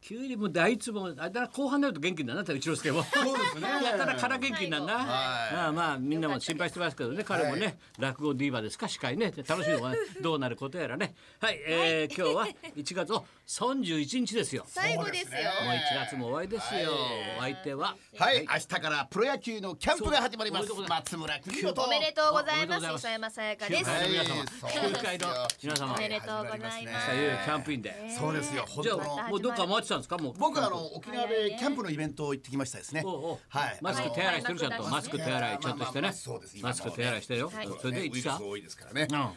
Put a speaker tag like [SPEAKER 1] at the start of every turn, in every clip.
[SPEAKER 1] 急にもう第一もあだから後半になると元気になるな一之輔も
[SPEAKER 2] そうですね。
[SPEAKER 1] やたらから元気になるな、
[SPEAKER 2] はい
[SPEAKER 1] まあまあみんなも心配してますけどね彼もね、
[SPEAKER 2] は
[SPEAKER 1] 落語ディーバですか司会ね楽しみ はどうなることやらねはい、えー今日は1月を31日ですよ
[SPEAKER 3] 最後ですよ。
[SPEAKER 1] もう1月も終わりですよ、お相手は
[SPEAKER 2] はい、明日からプロ野球のキャンプが始まりま
[SPEAKER 1] そ
[SPEAKER 2] す
[SPEAKER 1] うおめでとうございま
[SPEAKER 2] 松村邦人
[SPEAKER 3] おめでとうござい
[SPEAKER 1] おめでとうございま
[SPEAKER 3] ます。
[SPEAKER 1] す
[SPEAKER 3] 磯山さやかで
[SPEAKER 1] 9
[SPEAKER 3] す。
[SPEAKER 1] 回の皆様、9回
[SPEAKER 2] はい
[SPEAKER 1] の皆様
[SPEAKER 3] おめでとうございます
[SPEAKER 2] 始り
[SPEAKER 1] いよいよキャン
[SPEAKER 2] ね
[SPEAKER 1] プインで、
[SPEAKER 2] そうですよ本
[SPEAKER 1] じゃ
[SPEAKER 2] 当
[SPEAKER 1] あ、
[SPEAKER 2] の
[SPEAKER 1] もうどっか回ってたんですかもう
[SPEAKER 2] 僕あの沖縄でキャンプのイベントを行ってきましたですね
[SPEAKER 1] おうおう
[SPEAKER 2] はい
[SPEAKER 1] マスク手洗いしてるちゃんと
[SPEAKER 3] はい
[SPEAKER 1] マスク手洗いちゃんとして
[SPEAKER 2] まあまあま
[SPEAKER 1] ね
[SPEAKER 2] あそうです今
[SPEAKER 1] マスク手洗いしてよ、
[SPEAKER 3] はい
[SPEAKER 1] それで行
[SPEAKER 2] ウイ
[SPEAKER 1] っ
[SPEAKER 2] ル
[SPEAKER 1] た
[SPEAKER 2] ス多いですからね、
[SPEAKER 1] うん
[SPEAKER 2] はい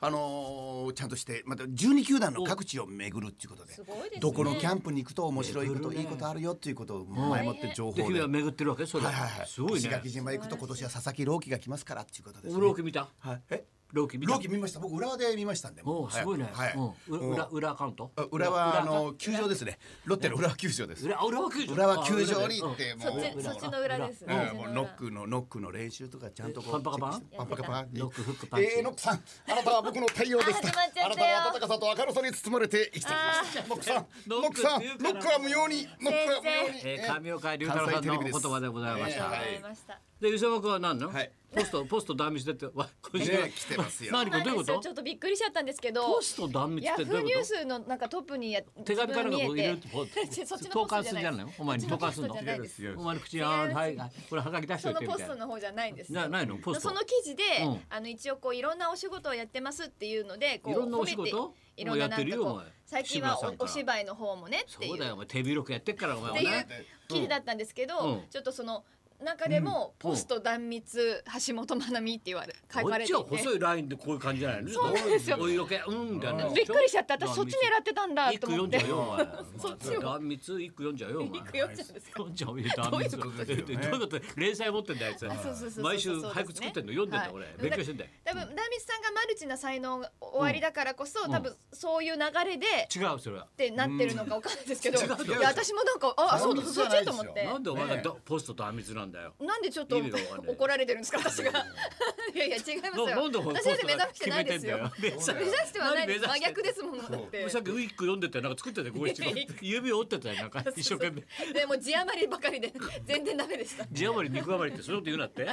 [SPEAKER 2] あのーちゃんとしてまた12球団の各地を巡るっていうことで
[SPEAKER 3] ごいですね
[SPEAKER 2] どこのキャンプに行くと面白いこと、いいことあるよっていうことを前もって情報で、
[SPEAKER 1] で日々は巡ってるわけそれ、
[SPEAKER 2] はいはいはい、
[SPEAKER 1] すごい
[SPEAKER 2] 石
[SPEAKER 1] ね
[SPEAKER 2] 垣島行くと今年は佐々木朗希が来ますからっていうことです、ね。
[SPEAKER 1] ローキ見た
[SPEAKER 2] はい。え？
[SPEAKER 1] ローキ見た
[SPEAKER 2] 朗希見ました。僕浦和で見ましたんで。
[SPEAKER 1] お
[SPEAKER 2] も
[SPEAKER 1] う
[SPEAKER 2] う
[SPEAKER 1] すごいね、
[SPEAKER 2] はい。
[SPEAKER 1] うんう
[SPEAKER 2] もう
[SPEAKER 1] 裏裏アカウント
[SPEAKER 2] あ浦和あ
[SPEAKER 1] 裏
[SPEAKER 2] の球場ですね。ロッテの浦和球場です。
[SPEAKER 1] 裏裏は球場
[SPEAKER 2] 浦和球場に行っても
[SPEAKER 3] そっ
[SPEAKER 2] う。
[SPEAKER 3] ちそっちの裏です。
[SPEAKER 2] え
[SPEAKER 3] そっ
[SPEAKER 2] え
[SPEAKER 3] ちの
[SPEAKER 2] もう
[SPEAKER 3] 裏
[SPEAKER 2] ノックのノックの練習とかちゃんとこう
[SPEAKER 1] パンパカパン
[SPEAKER 2] チェックしてパンパカパン
[SPEAKER 1] ノックフックパンチ
[SPEAKER 2] えーノックさんあなたは僕の太陽でし
[SPEAKER 3] あ
[SPEAKER 2] た
[SPEAKER 3] 始まっちゃ
[SPEAKER 2] あ
[SPEAKER 3] っ
[SPEAKER 2] な
[SPEAKER 3] た
[SPEAKER 2] た
[SPEAKER 3] よ
[SPEAKER 2] は温かさと明るさに包まれて生きてきましたノックさん
[SPEAKER 1] ノ
[SPEAKER 2] ノ
[SPEAKER 1] ッ
[SPEAKER 2] ッ
[SPEAKER 1] ク
[SPEAKER 2] ク
[SPEAKER 1] さ
[SPEAKER 2] さ
[SPEAKER 1] ん
[SPEAKER 2] んノックは無用にノックは無用に
[SPEAKER 1] え
[SPEAKER 2] え
[SPEAKER 1] ー、
[SPEAKER 2] え
[SPEAKER 1] 神岡龍太郎さんのお言葉でございまし
[SPEAKER 2] 関
[SPEAKER 1] た、
[SPEAKER 2] 西テレビで
[SPEAKER 3] わか
[SPEAKER 2] す
[SPEAKER 3] りました。
[SPEAKER 1] で磯山君は何なの、
[SPEAKER 2] はい
[SPEAKER 1] ポストポスト断密でってわ今週
[SPEAKER 2] ね来てますよ
[SPEAKER 1] 何これどういうこ
[SPEAKER 3] そうなんですよ
[SPEAKER 1] と
[SPEAKER 3] ちょっとびっくりしちゃったんですけど。
[SPEAKER 1] ポスト断密
[SPEAKER 3] ヤ
[SPEAKER 1] っ
[SPEAKER 3] フ
[SPEAKER 1] てどう
[SPEAKER 3] ーニ
[SPEAKER 1] いう
[SPEAKER 3] ュー
[SPEAKER 1] こ
[SPEAKER 3] スのなんかトップにや
[SPEAKER 1] と手紙からの
[SPEAKER 3] 自
[SPEAKER 1] こう入
[SPEAKER 3] 分見
[SPEAKER 1] れ
[SPEAKER 3] え
[SPEAKER 1] る
[SPEAKER 3] て
[SPEAKER 1] ポ
[SPEAKER 3] そっ ち
[SPEAKER 1] 投
[SPEAKER 3] のポ
[SPEAKER 1] 函
[SPEAKER 3] スト
[SPEAKER 1] す
[SPEAKER 3] じ
[SPEAKER 1] るじ
[SPEAKER 3] ゃ
[SPEAKER 1] ゃ
[SPEAKER 3] ない
[SPEAKER 1] ないのお前に投函する
[SPEAKER 3] そっちのポスト
[SPEAKER 1] の
[SPEAKER 3] じゃないで
[SPEAKER 2] 違
[SPEAKER 3] す
[SPEAKER 2] う
[SPEAKER 1] お前の口にあーはいあこれはがき出しと
[SPEAKER 3] そ
[SPEAKER 1] い
[SPEAKER 3] の
[SPEAKER 1] てみた
[SPEAKER 3] ポス
[SPEAKER 1] い
[SPEAKER 3] トの方じゃないんです。
[SPEAKER 1] なないのポスト
[SPEAKER 3] その記事で、
[SPEAKER 1] うん
[SPEAKER 3] あの一応こういろんなお仕事をやってますっていうのでこう
[SPEAKER 1] いろんなお仕事
[SPEAKER 3] 褒めていろんななん
[SPEAKER 1] もうやって
[SPEAKER 3] か
[SPEAKER 1] るよお
[SPEAKER 3] こ
[SPEAKER 1] 前
[SPEAKER 3] う最近は
[SPEAKER 1] 志村さんか
[SPEAKER 3] お
[SPEAKER 1] ら
[SPEAKER 3] お芝居の方もねってい
[SPEAKER 1] そううだよお前手広くやってっからお前
[SPEAKER 3] っ
[SPEAKER 1] は
[SPEAKER 3] ていう
[SPEAKER 1] ね
[SPEAKER 3] 記事だったんですけど、
[SPEAKER 1] うん
[SPEAKER 3] ちょっとその中でもポスト断密橋本まなみって言われ書
[SPEAKER 1] こ
[SPEAKER 3] か
[SPEAKER 1] っ
[SPEAKER 3] れ
[SPEAKER 1] ち
[SPEAKER 3] てい
[SPEAKER 1] は
[SPEAKER 3] て
[SPEAKER 1] 細いラインでこういう感じじゃないの
[SPEAKER 3] そうなんですよ
[SPEAKER 1] お色気うんみたいな
[SPEAKER 3] びっくりしちゃった私そっち狙
[SPEAKER 1] っ
[SPEAKER 3] ってたんだと思って
[SPEAKER 1] 一句読 んじゃうよお前
[SPEAKER 3] そっちを
[SPEAKER 1] 断密一句読んじゃうよお前
[SPEAKER 3] びっくり読んじゃうんですか
[SPEAKER 1] 読んじゃうよ断密
[SPEAKER 2] どういうことですよね
[SPEAKER 1] どういうこと連載持ってんだよあいつ
[SPEAKER 3] あそうそうそうそう
[SPEAKER 1] 毎週
[SPEAKER 3] そうですね
[SPEAKER 1] 俳句作ってんの読んでんだ
[SPEAKER 3] はい
[SPEAKER 1] 俺勉強してんだよ
[SPEAKER 3] 多分ダーミスさんがマルチな才能が終わりだからこそ、多分そういう流れでっ
[SPEAKER 1] 違うそれは
[SPEAKER 3] てなってるのかわかんないですけど、
[SPEAKER 1] 違う違う
[SPEAKER 3] いや私もなんかあそうだ
[SPEAKER 2] 断密じ
[SPEAKER 3] そ
[SPEAKER 2] ゃ
[SPEAKER 3] っ
[SPEAKER 2] ないですよ
[SPEAKER 3] ちと思って
[SPEAKER 1] なんでお前がどポスト断密なんだよ
[SPEAKER 3] なんでちょっと
[SPEAKER 1] 意味がわかんない
[SPEAKER 3] 怒られてるんですか私が いやいや違いますよ
[SPEAKER 1] ななんでお前
[SPEAKER 3] 私だって目指してないですよ
[SPEAKER 1] 目指
[SPEAKER 3] 目指してはないです真
[SPEAKER 1] 何目
[SPEAKER 3] 逆
[SPEAKER 1] 指
[SPEAKER 3] ですものだって
[SPEAKER 1] さっきウィック読んでたよなんか作ってた よ五七五指折ってたよなんか一生懸命
[SPEAKER 3] でも字余りばかりで全然ダメ でした
[SPEAKER 1] 字余り肉余りってそういうこと言うなって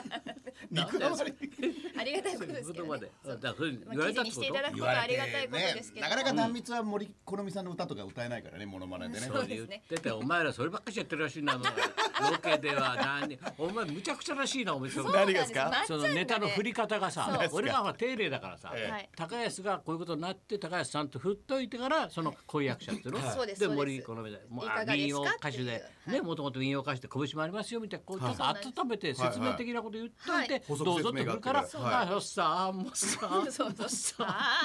[SPEAKER 2] 肉余り
[SPEAKER 3] ありがたいことですけ
[SPEAKER 1] 言
[SPEAKER 3] ど
[SPEAKER 1] 葉
[SPEAKER 3] ね
[SPEAKER 1] でだからそれ言
[SPEAKER 3] ま
[SPEAKER 1] わ
[SPEAKER 3] あ
[SPEAKER 1] れ
[SPEAKER 3] 記
[SPEAKER 1] たって
[SPEAKER 3] 事にし
[SPEAKER 1] こ
[SPEAKER 3] てい
[SPEAKER 1] と
[SPEAKER 3] ただくことはありがたいことですけど
[SPEAKER 2] なかなか断密は森好みさんの歌とか歌えないからねモノマネでね
[SPEAKER 1] そう言ってて、お前らそればっかしやってるらしいな。お前ロケでは何、お前むちゃくちゃらしいな、お前そ
[SPEAKER 3] そう
[SPEAKER 1] の
[SPEAKER 3] なん
[SPEAKER 2] 何がですか
[SPEAKER 3] まっちゃ
[SPEAKER 1] そ
[SPEAKER 3] ん
[SPEAKER 1] の
[SPEAKER 3] がね
[SPEAKER 1] ネタの振り方が
[SPEAKER 3] そう
[SPEAKER 1] さ
[SPEAKER 3] で、
[SPEAKER 1] 俺らは丁寧だからさ
[SPEAKER 2] え
[SPEAKER 3] え、
[SPEAKER 1] 高安がこういうことになって、高安さんと振っといてから、その婚約者っていうの
[SPEAKER 3] はいそうですそうです
[SPEAKER 1] 森この目で、もうあ
[SPEAKER 3] いかがですか
[SPEAKER 1] 民謡歌手
[SPEAKER 3] っ
[SPEAKER 1] で
[SPEAKER 3] て、いう
[SPEAKER 1] ね、もともと民謡歌手で拳もありますよみたいな、こうちょっと
[SPEAKER 3] はい
[SPEAKER 1] 温めて説明的なこと言っといて、
[SPEAKER 2] はい
[SPEAKER 1] どうぞって来るから、
[SPEAKER 2] 補足説明があ
[SPEAKER 1] あ
[SPEAKER 2] って
[SPEAKER 1] よっさあもうさあ、
[SPEAKER 3] そうそ う
[SPEAKER 1] さあ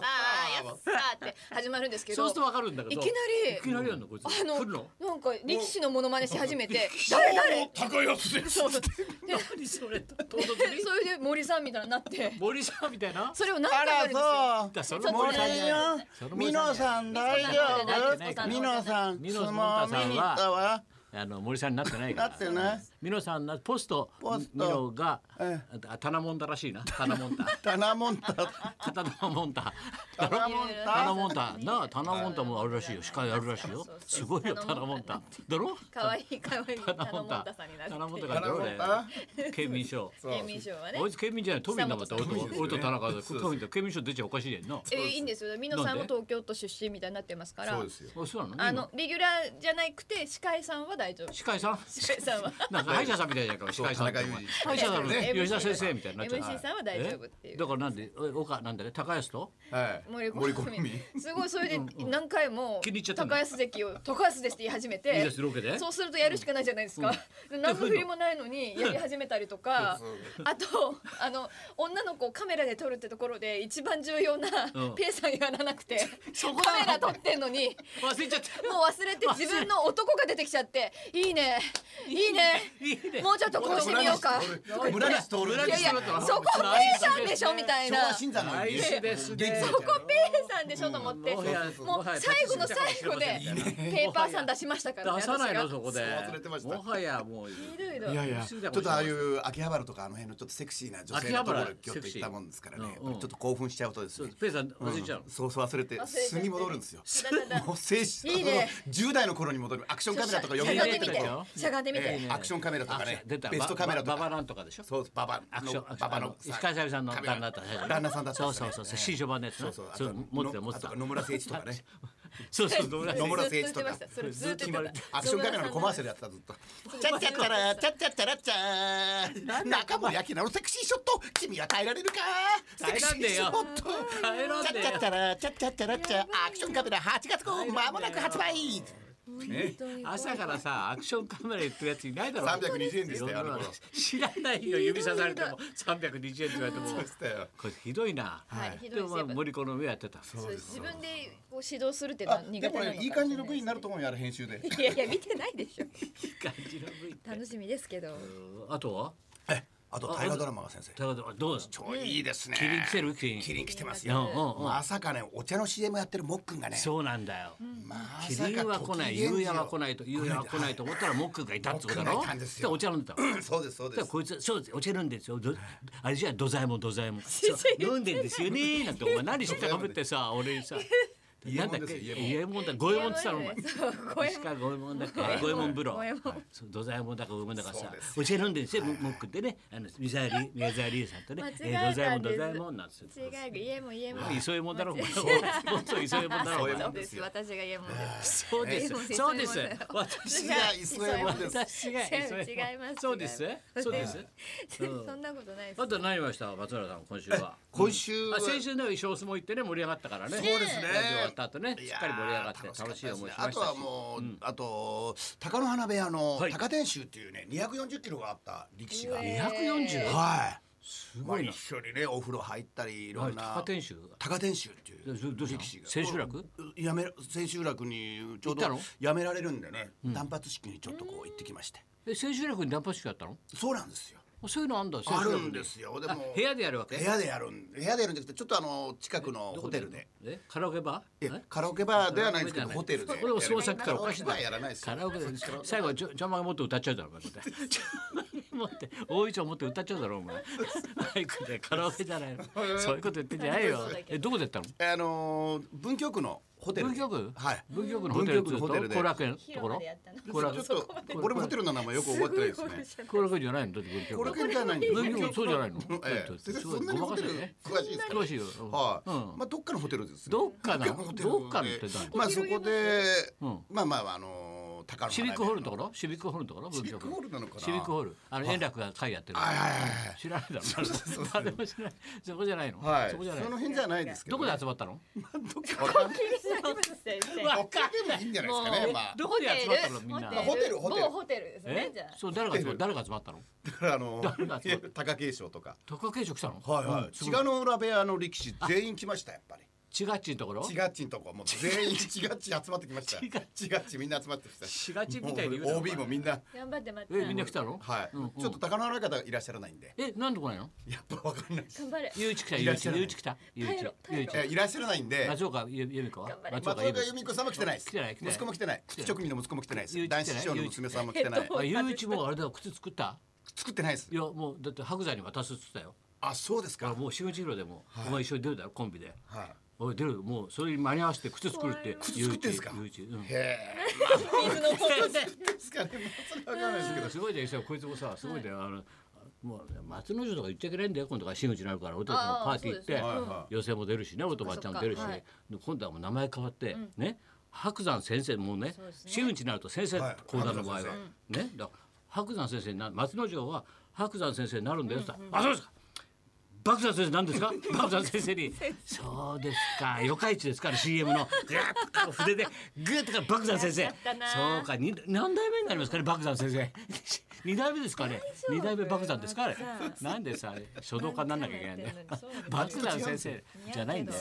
[SPEAKER 2] あ
[SPEAKER 3] ーあー
[SPEAKER 2] ー
[SPEAKER 3] や
[SPEAKER 2] あ
[SPEAKER 3] っさーって始まるんですけど
[SPEAKER 1] そうするとわかるんだけど、
[SPEAKER 3] いきなり
[SPEAKER 1] いきなりやんのこいつ、
[SPEAKER 3] あの
[SPEAKER 1] 来るの。
[SPEAKER 3] なんか力士のモノマネし始めて
[SPEAKER 2] ーど
[SPEAKER 3] 誰
[SPEAKER 2] う
[SPEAKER 3] 誰
[SPEAKER 2] も高安です
[SPEAKER 3] そうで
[SPEAKER 1] 何それ唐突に
[SPEAKER 3] それで森さんみたいに なって
[SPEAKER 1] 森さんみたいな。
[SPEAKER 3] それを何回もやるんですよ
[SPEAKER 4] う
[SPEAKER 1] だそ
[SPEAKER 3] の森さんじゃ
[SPEAKER 1] ないその森
[SPEAKER 4] ミ
[SPEAKER 1] さん
[SPEAKER 4] ノ
[SPEAKER 1] じゃ
[SPEAKER 4] さん大丈夫ミノさん
[SPEAKER 1] ミノ
[SPEAKER 4] 相
[SPEAKER 1] さんは
[SPEAKER 4] 撲見に行ったわ
[SPEAKER 1] あの森さんになってないか
[SPEAKER 4] だ
[SPEAKER 1] ら
[SPEAKER 4] っ。てね
[SPEAKER 1] ミノさんなポスト
[SPEAKER 4] ポスト
[SPEAKER 1] ミノが
[SPEAKER 4] え
[SPEAKER 1] あタナモンタらしいなタナモンタ
[SPEAKER 4] タナモンタ
[SPEAKER 1] タナモンタ
[SPEAKER 4] タナモン
[SPEAKER 1] タ
[SPEAKER 4] タ
[SPEAKER 1] ナモンタなあタナモンタもあるらしいよ司会あるらしいよ
[SPEAKER 3] そうそうそう
[SPEAKER 1] すごいよタナモンタだろ
[SPEAKER 3] 可愛い可愛い
[SPEAKER 1] タナ
[SPEAKER 3] タ
[SPEAKER 1] モ
[SPEAKER 3] ナモ
[SPEAKER 1] ン
[SPEAKER 3] ン
[SPEAKER 1] タ
[SPEAKER 3] タさんになっ
[SPEAKER 1] タナモン
[SPEAKER 3] て
[SPEAKER 1] タがどれ
[SPEAKER 4] タナモン
[SPEAKER 1] 県民賞
[SPEAKER 3] 県民賞はね
[SPEAKER 1] あいつ県民じゃない都民だもんって俺
[SPEAKER 2] そう
[SPEAKER 1] と
[SPEAKER 2] そうそう
[SPEAKER 1] 俺と田中で
[SPEAKER 2] そう
[SPEAKER 1] 都民だ県民賞出ちゃおかしいやんな
[SPEAKER 3] えいいんですよ美濃さんも東京都出身みたいになってますから
[SPEAKER 2] そうですよ
[SPEAKER 1] あそうなの
[SPEAKER 3] あのレギュラーじゃなくて司会さんは大丈夫
[SPEAKER 1] 司会さん
[SPEAKER 3] 司会さんは
[SPEAKER 1] なんか歯医者さんみたいじゃんか、司会さんってお前。歯医者さんのね
[SPEAKER 3] そうです
[SPEAKER 1] 吉田先生みたいになっちゃう。
[SPEAKER 3] MC さんは大丈夫っていう
[SPEAKER 1] えだからなんで、え岡なんだね、高安と。
[SPEAKER 2] はい
[SPEAKER 3] 森
[SPEAKER 2] 森
[SPEAKER 3] 好
[SPEAKER 2] 好
[SPEAKER 3] み
[SPEAKER 2] み
[SPEAKER 3] すごいそれで何回も
[SPEAKER 1] 気に入っちゃったんだ
[SPEAKER 3] 高安関を高安ですって言い始め
[SPEAKER 1] いい
[SPEAKER 3] て
[SPEAKER 1] ですロケで
[SPEAKER 3] そうするとやるしかないじゃないですか、何の振りもないのにやり始めたりとかあとあの女の子をカメラで撮るってところで一番重要な
[SPEAKER 1] うん
[SPEAKER 3] ペイさんやらなくて、
[SPEAKER 1] そこだ
[SPEAKER 3] カメラ撮ってんのに
[SPEAKER 1] 忘れちゃった。
[SPEAKER 3] もう忘れて自分の男が出てきちゃっていいねいいね
[SPEAKER 1] いいね
[SPEAKER 3] もうちょっとこうしてみようか
[SPEAKER 2] 村西徹
[SPEAKER 1] 村
[SPEAKER 3] いや
[SPEAKER 1] 西
[SPEAKER 3] いや
[SPEAKER 1] 徹は
[SPEAKER 3] そこペイさんでしょみたい
[SPEAKER 2] 昭
[SPEAKER 3] な
[SPEAKER 2] 和
[SPEAKER 3] そ
[SPEAKER 2] 新山の
[SPEAKER 1] ナイスですね
[SPEAKER 2] そ
[SPEAKER 3] こペイさんでしょと思って
[SPEAKER 1] も
[SPEAKER 3] も
[SPEAKER 1] う
[SPEAKER 3] う
[SPEAKER 1] いやもはや
[SPEAKER 3] 最後の最後で
[SPEAKER 1] いいね
[SPEAKER 3] ペーパーさん出しましたからね
[SPEAKER 1] 出さないの
[SPEAKER 3] 私が
[SPEAKER 1] そこで
[SPEAKER 2] そう忘れてました
[SPEAKER 1] もはやもう
[SPEAKER 3] ひどいど
[SPEAKER 2] いやいや
[SPEAKER 1] 不
[SPEAKER 2] ち
[SPEAKER 1] 思議だ
[SPEAKER 2] ょっ
[SPEAKER 1] もん
[SPEAKER 2] とああいう秋葉原とかあの辺のちょっとセクシーな女性のところに
[SPEAKER 1] 秋葉
[SPEAKER 2] ギョ
[SPEAKER 1] 原
[SPEAKER 2] ッと行ったもんですからね
[SPEAKER 1] セクシー
[SPEAKER 2] やっぱりちょっと興奮しちゃうとです
[SPEAKER 1] そう
[SPEAKER 2] ね
[SPEAKER 1] ペイさん忘れちゃうの
[SPEAKER 2] んそうそう忘れて
[SPEAKER 3] 忘れちゃって
[SPEAKER 2] 素に戻るんですよ
[SPEAKER 3] だだだ
[SPEAKER 2] もう精神
[SPEAKER 3] いいね
[SPEAKER 2] あの10代の頃に戻るアクションカメラとか
[SPEAKER 3] し
[SPEAKER 2] よ
[SPEAKER 3] ゃ
[SPEAKER 2] くや
[SPEAKER 3] がん
[SPEAKER 2] って
[SPEAKER 3] でみ
[SPEAKER 2] た
[SPEAKER 3] て
[SPEAKER 2] でし
[SPEAKER 1] よ
[SPEAKER 2] ょ
[SPEAKER 3] しゃがんでみ
[SPEAKER 2] え
[SPEAKER 3] て
[SPEAKER 2] えアクションカメラとかね
[SPEAKER 1] あ出た
[SPEAKER 2] ベストカメラと
[SPEAKER 1] ババババ
[SPEAKER 2] か
[SPEAKER 1] なんとかでしょ
[SPEAKER 2] そうババ
[SPEAKER 1] アクションアクション
[SPEAKER 2] ババの
[SPEAKER 1] あ石川さゆりさんの
[SPEAKER 2] カメラ
[SPEAKER 1] 旦那だった最初
[SPEAKER 2] 旦那さんだった
[SPEAKER 1] そ
[SPEAKER 2] ん
[SPEAKER 1] う
[SPEAKER 2] です
[SPEAKER 1] そ
[SPEAKER 2] よ
[SPEAKER 1] う
[SPEAKER 2] ね
[SPEAKER 1] そうそう新書版のやつな
[SPEAKER 2] そうそうあ
[SPEAKER 1] そ
[SPEAKER 2] と
[SPEAKER 1] う持ってた持って
[SPEAKER 2] あ
[SPEAKER 1] た
[SPEAKER 2] と野村誠一とかね
[SPEAKER 1] そうそう 野村
[SPEAKER 2] 野村
[SPEAKER 3] ずっと
[SPEAKER 2] 誠一と
[SPEAKER 3] 言ってま
[SPEAKER 2] か
[SPEAKER 3] したそれずっと言ってた
[SPEAKER 2] アクションカメラのコマーシャルやってたずっと
[SPEAKER 4] ちゃっちゃったら、ちゃっちゃったら、ちゃーん。
[SPEAKER 2] 中森明菜のセクシーショット君は耐えられるかセ
[SPEAKER 1] 耐え
[SPEAKER 2] ク
[SPEAKER 1] ら
[SPEAKER 2] シ
[SPEAKER 1] んね
[SPEAKER 2] ー
[SPEAKER 1] え
[SPEAKER 2] ショ
[SPEAKER 1] よ
[SPEAKER 2] ット
[SPEAKER 1] 耐えらん
[SPEAKER 4] ちゃっ
[SPEAKER 1] ね
[SPEAKER 4] ちゃったら、ちゃっちゃったら、ちゃーアクションカメラ8月号、
[SPEAKER 1] えよ
[SPEAKER 4] まもなく発売。
[SPEAKER 1] えよ朝からさアクションカメラ言ってるやついないだろ
[SPEAKER 2] 320円でしたよあの頃
[SPEAKER 1] 知らないよ指さされても320円って言われても
[SPEAKER 2] そうでしたよ
[SPEAKER 1] これひどいな
[SPEAKER 3] はいひど
[SPEAKER 1] で
[SPEAKER 3] いです
[SPEAKER 1] も
[SPEAKER 3] やっぱ
[SPEAKER 1] 森子の上やってた
[SPEAKER 3] そうです自分でこう指導するっていうのは
[SPEAKER 2] あ
[SPEAKER 3] 苦
[SPEAKER 2] で
[SPEAKER 3] 手なの
[SPEAKER 2] も
[SPEAKER 3] か
[SPEAKER 2] ね
[SPEAKER 3] も
[SPEAKER 2] いい
[SPEAKER 3] し
[SPEAKER 2] 感
[SPEAKER 3] れな
[SPEAKER 2] じの V になると思うよあれ編集で
[SPEAKER 3] いやいや見てないでしょ
[SPEAKER 1] いい感じの V って
[SPEAKER 3] 楽しみですけど
[SPEAKER 1] あとは
[SPEAKER 2] あと大河ドラマが先生
[SPEAKER 1] 高田はどうです
[SPEAKER 2] 超いいですね
[SPEAKER 1] キリン来てるキリン
[SPEAKER 2] キリン来てます
[SPEAKER 1] うんう
[SPEAKER 2] よ
[SPEAKER 1] んうん
[SPEAKER 2] まさかねお茶の CM やってるもっくんがね
[SPEAKER 1] そうなんだよ
[SPEAKER 2] ま
[SPEAKER 1] キ
[SPEAKER 2] さか
[SPEAKER 1] リンは来ない、
[SPEAKER 2] 突
[SPEAKER 1] 夕
[SPEAKER 2] 然
[SPEAKER 1] 夜は来ないと、夕夜は来ないと思ったら、モックがいたってことだろ。
[SPEAKER 2] モックがいたんですよ
[SPEAKER 1] お茶飲んでた。
[SPEAKER 2] はいそうですそうで
[SPEAKER 1] だ
[SPEAKER 2] す
[SPEAKER 1] こいつ、そうです、お茶飲んでんですよ。どあれじゃ、ドザイモン、ドザイモン。そう飲んでんですよねなんて、お前、何してたかぶってさ、俺にさ。なんだっけ、
[SPEAKER 2] 伊右衛門で
[SPEAKER 1] 伊右衛門だ、
[SPEAKER 2] す
[SPEAKER 1] 五右衛門って言ったの、お前。
[SPEAKER 3] そう五右衛
[SPEAKER 1] 石川
[SPEAKER 3] 門
[SPEAKER 1] 五右衛門だっけ、五右衛門風呂。
[SPEAKER 3] 五
[SPEAKER 1] は
[SPEAKER 3] 右衛
[SPEAKER 1] い
[SPEAKER 3] 門
[SPEAKER 1] そう土左衛門だか五右衛門だかさ
[SPEAKER 2] そうで、す
[SPEAKER 1] お茶飲んでんですよ、モックってね、あの、ミザーリ、ミザーリーさんとね
[SPEAKER 3] 間違、
[SPEAKER 1] え
[SPEAKER 3] え
[SPEAKER 1] ー
[SPEAKER 3] たんです
[SPEAKER 1] 土左衛門、土左衛門なんですよ。
[SPEAKER 3] 違う家も家も
[SPEAKER 1] 急いもんだろ、お前。
[SPEAKER 3] そう
[SPEAKER 1] 本当急いもんだろ、お前
[SPEAKER 2] そういうもん
[SPEAKER 3] で
[SPEAKER 2] です
[SPEAKER 3] す
[SPEAKER 2] よ
[SPEAKER 3] 私が家もです
[SPEAKER 1] そうです
[SPEAKER 3] ね。
[SPEAKER 1] そうです
[SPEAKER 3] そういうもんだよ。
[SPEAKER 1] 私
[SPEAKER 2] 私が磯山です
[SPEAKER 1] 私が
[SPEAKER 3] 違う
[SPEAKER 1] それ
[SPEAKER 3] 違います
[SPEAKER 1] そうです
[SPEAKER 3] 違い。ます
[SPEAKER 1] そうです。
[SPEAKER 3] そんなことないです
[SPEAKER 1] あと何をした松原さん今週は。
[SPEAKER 2] 今週は
[SPEAKER 1] あ先週の衣装相撲行ってね盛り上がったからね。そう
[SPEAKER 2] ですね
[SPEAKER 1] ラジオ終わった後ね
[SPEAKER 2] い
[SPEAKER 1] し
[SPEAKER 2] や
[SPEAKER 1] っ
[SPEAKER 2] ー
[SPEAKER 1] かり盛り上がって
[SPEAKER 2] 楽しか
[SPEAKER 1] 楽
[SPEAKER 2] っ
[SPEAKER 1] しい
[SPEAKER 2] たです
[SPEAKER 1] 思い
[SPEAKER 2] ね
[SPEAKER 1] しま
[SPEAKER 2] あ
[SPEAKER 1] した
[SPEAKER 2] とは
[SPEAKER 1] し。
[SPEAKER 2] もう、あと鷹の花部屋の
[SPEAKER 1] はい
[SPEAKER 2] 鷹天衆っていうね240キロがあった力士が、
[SPEAKER 3] うえ
[SPEAKER 1] 二百四十。
[SPEAKER 2] はい
[SPEAKER 1] す
[SPEAKER 2] ま
[SPEAKER 1] ご
[SPEAKER 2] あ、
[SPEAKER 1] い
[SPEAKER 2] 一
[SPEAKER 1] な。
[SPEAKER 2] 緒にねお風呂入ったりいろ
[SPEAKER 1] はい
[SPEAKER 2] んな、
[SPEAKER 1] 高天守。
[SPEAKER 2] 高天衆っていう
[SPEAKER 1] どどうした
[SPEAKER 2] 力士
[SPEAKER 1] の
[SPEAKER 2] が
[SPEAKER 1] 千秋楽？
[SPEAKER 2] やめ千秋楽にちょう
[SPEAKER 1] 行った
[SPEAKER 2] ど
[SPEAKER 1] の
[SPEAKER 2] やめられるんでね、単発式にちょっとこう行ってきまして
[SPEAKER 1] え千秋楽に断髪式やったの？
[SPEAKER 2] そうなんですよ
[SPEAKER 1] あそういうのあんだ。千秋
[SPEAKER 2] あ
[SPEAKER 1] 楽に
[SPEAKER 2] るんですよで
[SPEAKER 1] あ
[SPEAKER 2] も
[SPEAKER 1] 部屋でやるわけ
[SPEAKER 2] 部。屋でやるん部屋でやるんじゃなくてちょっとあの近くのホテルで。
[SPEAKER 1] えカラオケバ
[SPEAKER 2] え
[SPEAKER 1] ー？え
[SPEAKER 2] カラオケバーではないんですけどホテルで
[SPEAKER 1] これも創作からおかしい
[SPEAKER 2] カ
[SPEAKER 1] な
[SPEAKER 2] ラオケバーやらないですよ
[SPEAKER 1] カラオケで最後ジョジョンマゲ持って歌っちゃうだ ろお前こうやってジョンマゲ持って大いちょ持って歌っちゃうだろお前マイクでカラオケじゃ ないのそういうこと言ってんじゃないよえどこでやったの
[SPEAKER 2] あのー文京区のホテルで
[SPEAKER 1] 文京区
[SPEAKER 2] はい
[SPEAKER 1] 文京区のホテル
[SPEAKER 2] 文京
[SPEAKER 1] ず
[SPEAKER 2] 区
[SPEAKER 1] っと
[SPEAKER 2] のホテルで
[SPEAKER 1] 後楽園のと
[SPEAKER 3] 広
[SPEAKER 1] こ
[SPEAKER 3] 場
[SPEAKER 1] ろ
[SPEAKER 3] でやったの
[SPEAKER 1] 後楽
[SPEAKER 2] ちょっと俺もホテルの名前よく覚えてないですね
[SPEAKER 3] す
[SPEAKER 1] 後楽園じゃないのだって
[SPEAKER 2] こ
[SPEAKER 1] 文
[SPEAKER 2] れ
[SPEAKER 1] 京区
[SPEAKER 2] じゃないんです
[SPEAKER 1] 文京区そうじゃないの
[SPEAKER 2] ええ
[SPEAKER 1] だって
[SPEAKER 2] 先生
[SPEAKER 1] すご
[SPEAKER 2] そ
[SPEAKER 1] い
[SPEAKER 2] んなに
[SPEAKER 1] ごまか
[SPEAKER 2] ホテ
[SPEAKER 1] せる
[SPEAKER 2] ル
[SPEAKER 1] ね
[SPEAKER 2] 詳しいですか
[SPEAKER 1] 詳しいようん
[SPEAKER 2] はい、
[SPEAKER 1] うん
[SPEAKER 2] まあどっかのホテルですね
[SPEAKER 1] どっかな
[SPEAKER 2] どっかのホテルで
[SPEAKER 1] どっかのって何
[SPEAKER 2] まあそこで、
[SPEAKER 1] うん
[SPEAKER 2] まあまああのー高野花
[SPEAKER 1] シビックホールのところシビックホールのところ
[SPEAKER 2] シ
[SPEAKER 1] 文
[SPEAKER 2] ビ
[SPEAKER 1] 京
[SPEAKER 2] ッ
[SPEAKER 1] 区
[SPEAKER 2] クホールなのかな
[SPEAKER 1] シビックホールあの円楽が会やってる
[SPEAKER 2] はいはいはいはい
[SPEAKER 1] 知らない だろ誰も知らないそこじゃないの
[SPEAKER 2] はい、
[SPEAKER 1] そこじゃない
[SPEAKER 2] その
[SPEAKER 1] の
[SPEAKER 2] 辺じゃないですけ
[SPEAKER 1] ど
[SPEAKER 2] ど
[SPEAKER 1] こ
[SPEAKER 2] ね、
[SPEAKER 1] で集まったの
[SPEAKER 2] わかんない
[SPEAKER 1] わ
[SPEAKER 2] お金でもいいんじゃないですかねまあ
[SPEAKER 1] どこで集まったのみんな。
[SPEAKER 2] ホテルホテル
[SPEAKER 3] もうホテルですね
[SPEAKER 1] え
[SPEAKER 3] じゃあ
[SPEAKER 1] そう誰が集ま誰が集まったの？
[SPEAKER 2] あの
[SPEAKER 1] 誰が集まっ
[SPEAKER 2] 貴景勝とか
[SPEAKER 1] 高景勝来たの？
[SPEAKER 2] はいはい、
[SPEAKER 1] うん
[SPEAKER 2] 千賀の浦部屋の力士全員来ましたやっぱり
[SPEAKER 1] 千賀っちのところ？
[SPEAKER 2] 千賀っちんとこもう全員千賀っち集まってきました
[SPEAKER 1] 千賀っ
[SPEAKER 2] 千賀っちみんな集まってきた
[SPEAKER 1] 千賀っちみ
[SPEAKER 2] も
[SPEAKER 1] たいに言う
[SPEAKER 2] う
[SPEAKER 1] な
[SPEAKER 2] OB もみんな
[SPEAKER 3] 頑張ってまた
[SPEAKER 1] えみんな
[SPEAKER 3] 頑
[SPEAKER 1] 来たの？
[SPEAKER 2] はい、
[SPEAKER 1] うんうん
[SPEAKER 2] ちょっと高野原方いらっしゃらないんで
[SPEAKER 1] えなんで来ないの？
[SPEAKER 2] やっぱわかんないです
[SPEAKER 3] 張れ
[SPEAKER 1] ゆういち来たゆ
[SPEAKER 2] い
[SPEAKER 1] う
[SPEAKER 2] ら
[SPEAKER 1] い
[SPEAKER 2] っ
[SPEAKER 1] ち
[SPEAKER 2] しゃら
[SPEAKER 1] ゆ
[SPEAKER 2] ないう
[SPEAKER 1] いち来たゆういち
[SPEAKER 3] 帰ろう帰ろ
[SPEAKER 1] ゆう
[SPEAKER 3] う
[SPEAKER 1] い
[SPEAKER 2] いや
[SPEAKER 1] ち。
[SPEAKER 2] いらっしゃらないんで
[SPEAKER 1] 松岡ゆ由美子は
[SPEAKER 3] 頑張れ
[SPEAKER 1] 松
[SPEAKER 2] 松
[SPEAKER 1] 岡由
[SPEAKER 2] 岡
[SPEAKER 1] 美
[SPEAKER 2] 由美子さんも来てないです
[SPEAKER 1] 来てない来てない
[SPEAKER 2] 息子も来てない
[SPEAKER 1] てない
[SPEAKER 2] 父職人の息子も来てないで
[SPEAKER 1] ゆう
[SPEAKER 2] す
[SPEAKER 1] いち来てない
[SPEAKER 2] 男子師匠の娘さんも来てない
[SPEAKER 1] 子。あゆういちもうあれだよ靴作った？
[SPEAKER 2] 作ってないです
[SPEAKER 1] いやもうだって白山に渡すっつったよ。
[SPEAKER 2] あそうです
[SPEAKER 1] だか
[SPEAKER 2] から
[SPEAKER 1] もう四月キロでもお前一緒に出るだろコンビで。
[SPEAKER 2] はい
[SPEAKER 1] おい出るもうそれに間に合わせて靴作るって。
[SPEAKER 2] 靴作ってんすか
[SPEAKER 1] ゆういちゆういちうん。
[SPEAKER 2] へ
[SPEAKER 3] 水のホ テル
[SPEAKER 2] えですかねそれわかんないですけ ど
[SPEAKER 1] すごいでしょこいつもさすごいで、あのもう松之丞とか言っちゃいけないんだよ今度から真打ちになるから俺たちも
[SPEAKER 3] あー
[SPEAKER 1] パーティー行って、
[SPEAKER 3] そう
[SPEAKER 2] ですねはいはい
[SPEAKER 1] 寄席も出るしね俺とばっちゃんも出るし、
[SPEAKER 3] そっかはい
[SPEAKER 1] で今度はもう名前変わって、ね白山先生もうね
[SPEAKER 3] うですね
[SPEAKER 1] 真打ちになると先生
[SPEAKER 2] はい
[SPEAKER 1] 講座の場合は、
[SPEAKER 2] 白山先
[SPEAKER 1] ねだから白山先生にな松之丞は白山先生になるんだよって言ったら、あそうですか漠山先生なんですか漠山先生に「そうですか四日市ですから CM のグーッと筆でグーッとから漠山先生
[SPEAKER 3] やっちゃったな
[SPEAKER 1] そうかに何代目になりますかね漠山先生 二代目ですかね二代目漠山ですかあれ
[SPEAKER 3] 漠
[SPEAKER 1] なんでさあれ書道家になんなきゃいけないんだよ
[SPEAKER 3] そ うなんだ
[SPEAKER 1] 漠山先生じゃないんだよ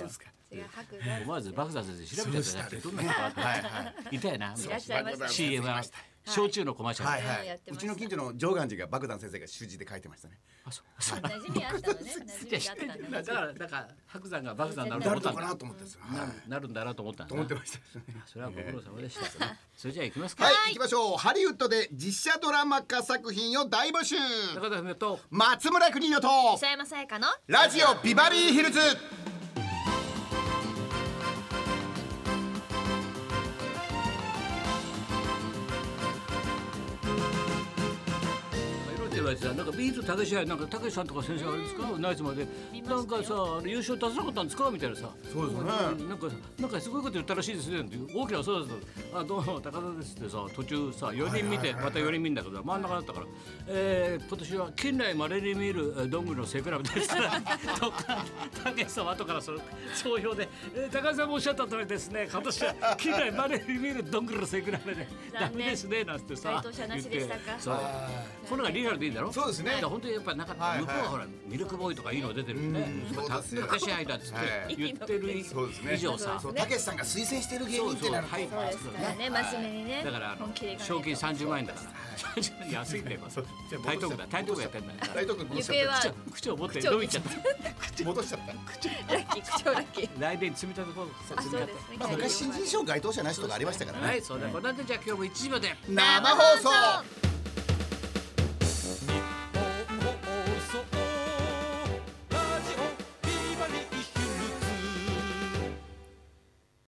[SPEAKER 3] 違う白山
[SPEAKER 1] 思わず漠山先生調べちゃったじゃなくてどんな人かあった
[SPEAKER 2] はいはい
[SPEAKER 1] いたよな
[SPEAKER 3] らっしゃいました
[SPEAKER 1] CM
[SPEAKER 2] い
[SPEAKER 1] は
[SPEAKER 2] ました
[SPEAKER 1] 焼酎のコマーシャル、
[SPEAKER 2] はい
[SPEAKER 3] うん
[SPEAKER 2] は
[SPEAKER 3] やっ
[SPEAKER 2] い
[SPEAKER 3] て。
[SPEAKER 2] う
[SPEAKER 3] ました
[SPEAKER 2] ちの近所の上岸寺が爆弾先生が習字で書いてましたね。
[SPEAKER 1] あそう
[SPEAKER 3] 馴染みあったのね。馴染みがあ
[SPEAKER 1] だ
[SPEAKER 3] ったんだね。
[SPEAKER 1] からだから白山が爆山になると
[SPEAKER 2] な
[SPEAKER 1] 思
[SPEAKER 2] る
[SPEAKER 1] った
[SPEAKER 2] の
[SPEAKER 1] ん
[SPEAKER 2] か
[SPEAKER 1] だ
[SPEAKER 2] なと思ったんですよ。はい
[SPEAKER 1] ななるんだなと思ったんだ
[SPEAKER 2] と思ってました。
[SPEAKER 1] それはご苦労様でした、それじゃあ行きますか、
[SPEAKER 2] はい、行きましょう。ハリウッドで実写ドラマ化作品を大募集。
[SPEAKER 1] 中田文夫と
[SPEAKER 2] 松村邦洋と
[SPEAKER 3] 磯山さやかの
[SPEAKER 2] ラジオビバリーヒルズ。
[SPEAKER 1] いろいろ言われてさなんかビートたけしやなんかたけしさんとか先生あれですか、ナイツまでなんかさ優勝出せなかったんですかみたいなさ
[SPEAKER 2] そうですね
[SPEAKER 1] なんかなんかすごいこと言ったらしいですねって大きなそうですあどうも高田ですってさ途中さ4人見てまた4人見んだけど真ん中だったから、えー、今年は近来まれに見るえーどんぐりの背比べ ですとかたけしさんは後からその総評で、えー、高田さんもおっしゃった通りですね今年は近来まれに見るどんぐりの背比べでダメですねなんてさ
[SPEAKER 3] 該当者なしでしたか
[SPEAKER 1] 言ってそうこれがリアルでいいんだろ
[SPEAKER 2] そうですね
[SPEAKER 1] だから本当にやっぱなかった、
[SPEAKER 2] はいはい
[SPEAKER 1] 向こうはほらミルクボーイとかいいの出てるんで、ね
[SPEAKER 2] うんそうですよ
[SPEAKER 1] 高橋愛だっつっ
[SPEAKER 2] は
[SPEAKER 1] て
[SPEAKER 2] い
[SPEAKER 1] 言ってる
[SPEAKER 2] そうですね
[SPEAKER 1] 以上さ、
[SPEAKER 2] そう、たけしさんが推薦してる芸人ってなると。
[SPEAKER 1] はい
[SPEAKER 3] そうですからね。真面目にね。
[SPEAKER 1] だからあの
[SPEAKER 3] 本気でいかないと
[SPEAKER 1] 賞金三十万円だ から、安いね今台東区だ台東区やってんだから
[SPEAKER 2] 大東君戻しち
[SPEAKER 3] 行方
[SPEAKER 2] ゃっ
[SPEAKER 3] は
[SPEAKER 1] 口を口を持って
[SPEAKER 3] 口を
[SPEAKER 1] 伸びちゃった
[SPEAKER 2] た。戻しちゃった。
[SPEAKER 3] ラッキー、口調ラッキー。
[SPEAKER 1] 来年積み立てこう
[SPEAKER 3] あ、そうですね。
[SPEAKER 2] まあ、昔新人賞該当者なしとかありましたから
[SPEAKER 1] は
[SPEAKER 2] ね
[SPEAKER 1] い。それではこれだけじゃあ今日も一時まで
[SPEAKER 2] 生放送。